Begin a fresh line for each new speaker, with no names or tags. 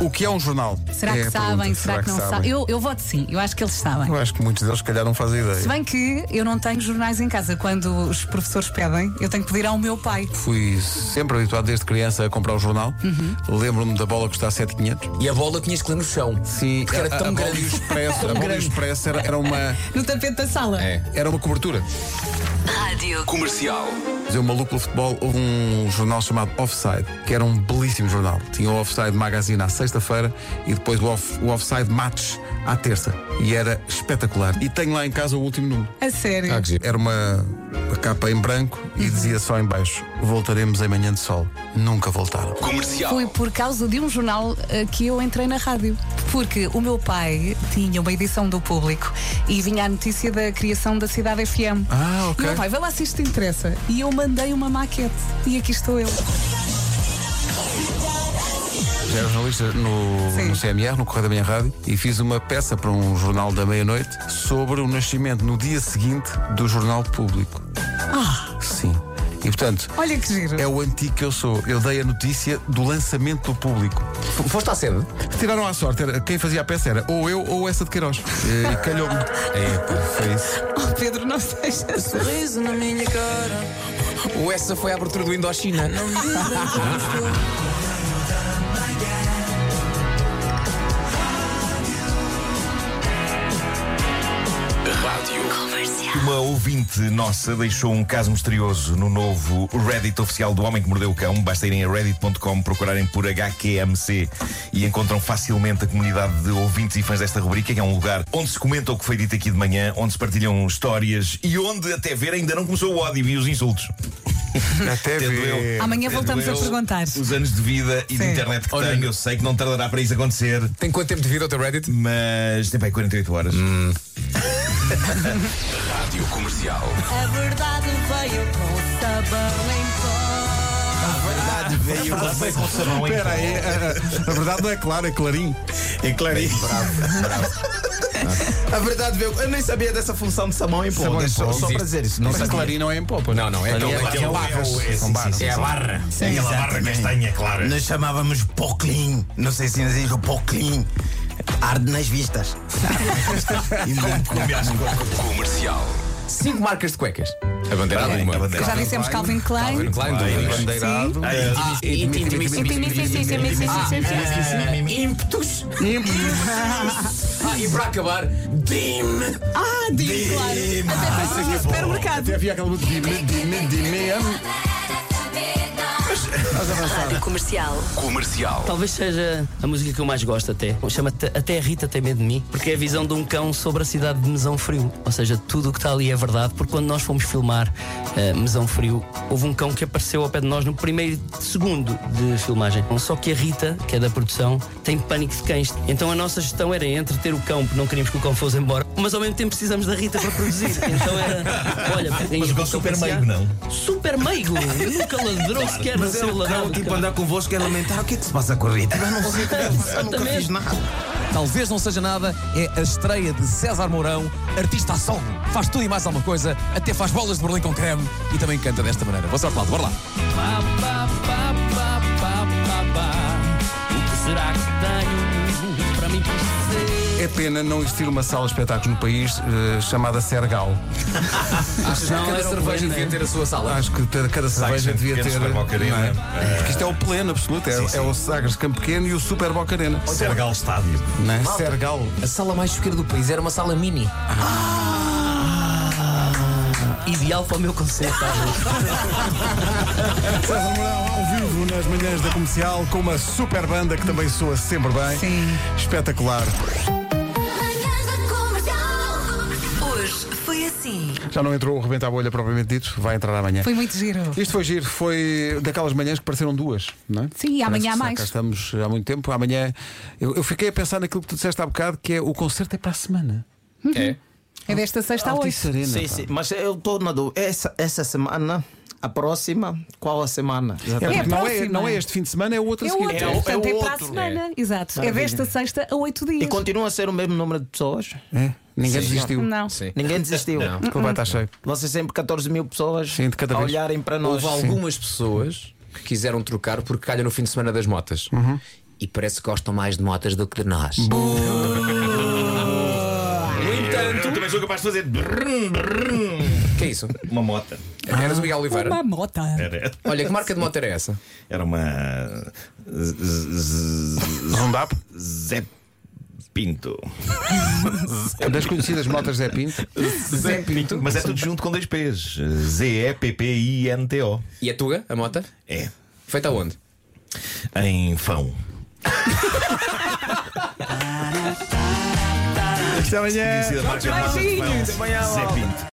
O que é um jornal?
Será
É
que
a
sabem?
pergunta.
será, que não sabem? Eu, eu voto sim, eu acho que eles sabem.
Eu acho que muitos deles, se calhar, não fazem ideia.
Se bem que eu não tenho jornais em casa. Quando os professores pedem, eu tenho que pedir ao meu pai.
Fui sempre habituado desde criança a comprar o jornal.
Uhum.
Lembro-me da bola custar 7,500.
E a bola tinhas que ler no chão.
Sim,
Porque era
a,
tão
a bola
grande.
e o expresso, a bola e o
grande.
expresso era, era uma,
No tapete da sala.
É.
era uma cobertura.
Rádio
Comercial.
dizer, o maluco do futebol, houve um jornal chamado Offside, que era um belíssimo jornal. Tinha o Offside Magazine à sexta-feira e depois o, off, o Offside Match à terça. E era espetacular. E tenho lá em casa o último número.
A sério.
Ah, que giro.
Era uma capa em branco e dizia só em baixo: Voltaremos amanhã de sol. Nunca voltaram.
Comercial.
Foi por causa de um jornal eh, que eu entrei na rádio. Porque o meu pai tinha uma edição do público e vinha a notícia da criação da Cidade FM.
Ah,
E o
ok.
meu pai, vai lá se isto te interessa. E eu mandei uma maquete. E aqui estou eu.
Já era jornalista no,
Sim.
no CMR, no Correio da Minha Rádio, e fiz uma peça para um jornal da meia-noite sobre o nascimento no dia seguinte do jornal público. Ah! Sim. E portanto,
Olha que giro.
É o antigo que eu sou. Eu dei a notícia do lançamento do público.
F- Foste à sede?
Tiraram à sorte. Era- quem fazia a peça era ou eu ou essa de Queiroz. E calhou-me. É, foi isso.
Oh, Pedro, não sejas.
Sorriso na minha cara.
Ou essa foi a abertura do Indochina?
Rádio.
Uma ouvinte nossa deixou um caso misterioso no novo Reddit oficial do Homem que Mordeu o Cão. Basta irem a reddit.com, procurarem por HQMC e encontram facilmente a comunidade de ouvintes e fãs desta rubrica, que é um lugar onde se comenta o que foi dito aqui de manhã, onde se partilham histórias e onde, até ver, ainda não começou o ódio e os insultos.
Até
Tendo
ver.
eu-
Amanhã
tendo
voltamos a
eu
perguntar.
Os anos de vida e de
Sim.
internet que
Olha-
tenho, eu sei que não tardará para isso acontecer,
Tem quanto tempo de vida o teu Reddit?
mas é tem bem 48 horas.
Rádio Comercial.
A verdade veio com sabão em
Espera aí. A, a verdade não é clara, é clarinho.
É claro isso.
A verdade veio. Eu nem sabia dessa função de sabão em pó.
Sabão em
Deixa-
pó.
Só para dizer isso. Não
Mas clarinho não é em popa.
Não, não, é aquele.
é-
um
aquele- É a barra.
Sim,
Aquela barra
exatamente.
castanha, é claro.
Nós chamávamos poclin. Não sei se ainda diz o poclin. Arde nas vistas. e não
Comercial.
Cinco marcas de cuecas. A bandeira
Bem,
alguma.
a bandeira.
Já dissemos Calvin Klein.
Klein do Luís.
Bandeirado.
É.
Ah, Ímpetos. Ah, e para acabar, DIM.
Ah, digo, claro. Até pensei no supermercado.
Até havia aquela música. Dime, dime, dime. amo.
Rádio Comercial.
Comercial.
Talvez seja a música que eu mais gosto até. Chama-te Até a Rita Tem Medo de Mim, porque é a visão de um cão sobre a cidade de Mesão Frio. Ou seja, tudo o que está ali é verdade, porque quando nós fomos filmar eh, Mesão Frio, houve um cão que apareceu ao pé de nós no primeiro segundo de filmagem. Só que a Rita, que é da produção, tem pânico de cães. Então a nossa gestão era entre ter o cão, porque não queríamos que o cão fosse embora, mas ao mesmo tempo precisamos da Rita para produzir. Então era, olha, é
Mas o cão super meigo, não?
Super meigo! Nunca ladrou sequer no
um
seu ladrado. de cão.
convosco é lamentar. O que é que se passa com a Rita? Eu não sei o que é. Eu nunca fiz nada.
Talvez não seja nada, é a estreia de César Mourão, artista a solo. Faz tudo e mais alguma coisa, até faz bolas de Berlim com creme e também canta desta maneira. Boa sorte, Aldo, bora lá.
Pá, pá, pá, pá, pá, pá, pá. O que será que tenho para mim parecer?
É pena não existir uma sala de espetáculos no país eh, chamada Sergal.
Acho que
era
cada
um
cerveja
problema,
devia
é?
ter a sua sala.
Acho que ter- cada cerveja
Sagres
devia
Campo
ter.
Pequeno, Super Boca
não é?
Arena.
Porque isto é o pleno absoluto. É, é o Sagres Campo Pequeno e o Super Boca Arena.
Sergal Estádio.
Não é? Sergal.
A sala mais esquerda do país era uma sala mini.
Ideal para o meu concerto, talvez.
César Mourão ao vivo nas manhãs da comercial com uma super banda que também soa sempre bem.
Sim.
Espetacular.
Hoje foi assim.
Já não entrou o Rebenta a Bolha propriamente dito, vai entrar amanhã.
Foi muito giro.
Isto foi giro, foi daquelas manhãs que pareceram duas, não é?
Sim, e amanhã
Parece que já
há mais.
Cá estamos há muito tempo, amanhã. Eu, eu fiquei a pensar naquilo que tu disseste há bocado, que é o concerto é para a semana.
É.
É desta sexta a
Altice
oito.
Arena,
Sim,
pá.
sim. Mas eu estou na dúvida. Essa, essa semana, a próxima, qual a semana?
É,
É a
não, é,
próxima.
não é este fim de semana, é o outro
É
a seguir.
outro,
É o- é o
portanto, é, para a
outro.
semana. Exato. É
Maravilha.
desta sexta a oito dias.
E continua a ser o mesmo número de pessoas?
É, Ninguém desistiu.
Não.
Sim.
Ninguém desistiu.
Desculpa, vai estar cheio.
Vocês sempre 14 mil pessoas
Sim, de cada
a
vez.
olharem para nós.
Houve algumas pessoas que quiseram trocar porque calha no fim de semana das motas.
E parece que gostam mais de motas do que de nós.
No entanto. Eu também sou capaz de fazer. brum, brum.
Que é isso?
Uma mota.
Eras o Miguel Oliveira.
Uma mota.
Era,
Olha, que marca de moto era essa?
era uma. z- z- z-
Zundap?
Zé Pinto.
Das conhecidas motas Zé Pinto.
Zé Pinto. Mas é tudo junto com dois P's. Z-E-P-P-I-N-T-O.
E a Tuga, a mota?
É.
Feita onde?
Em fão.
Até amanhã.
Conhecida marca de motos de fão. Zé Pinto.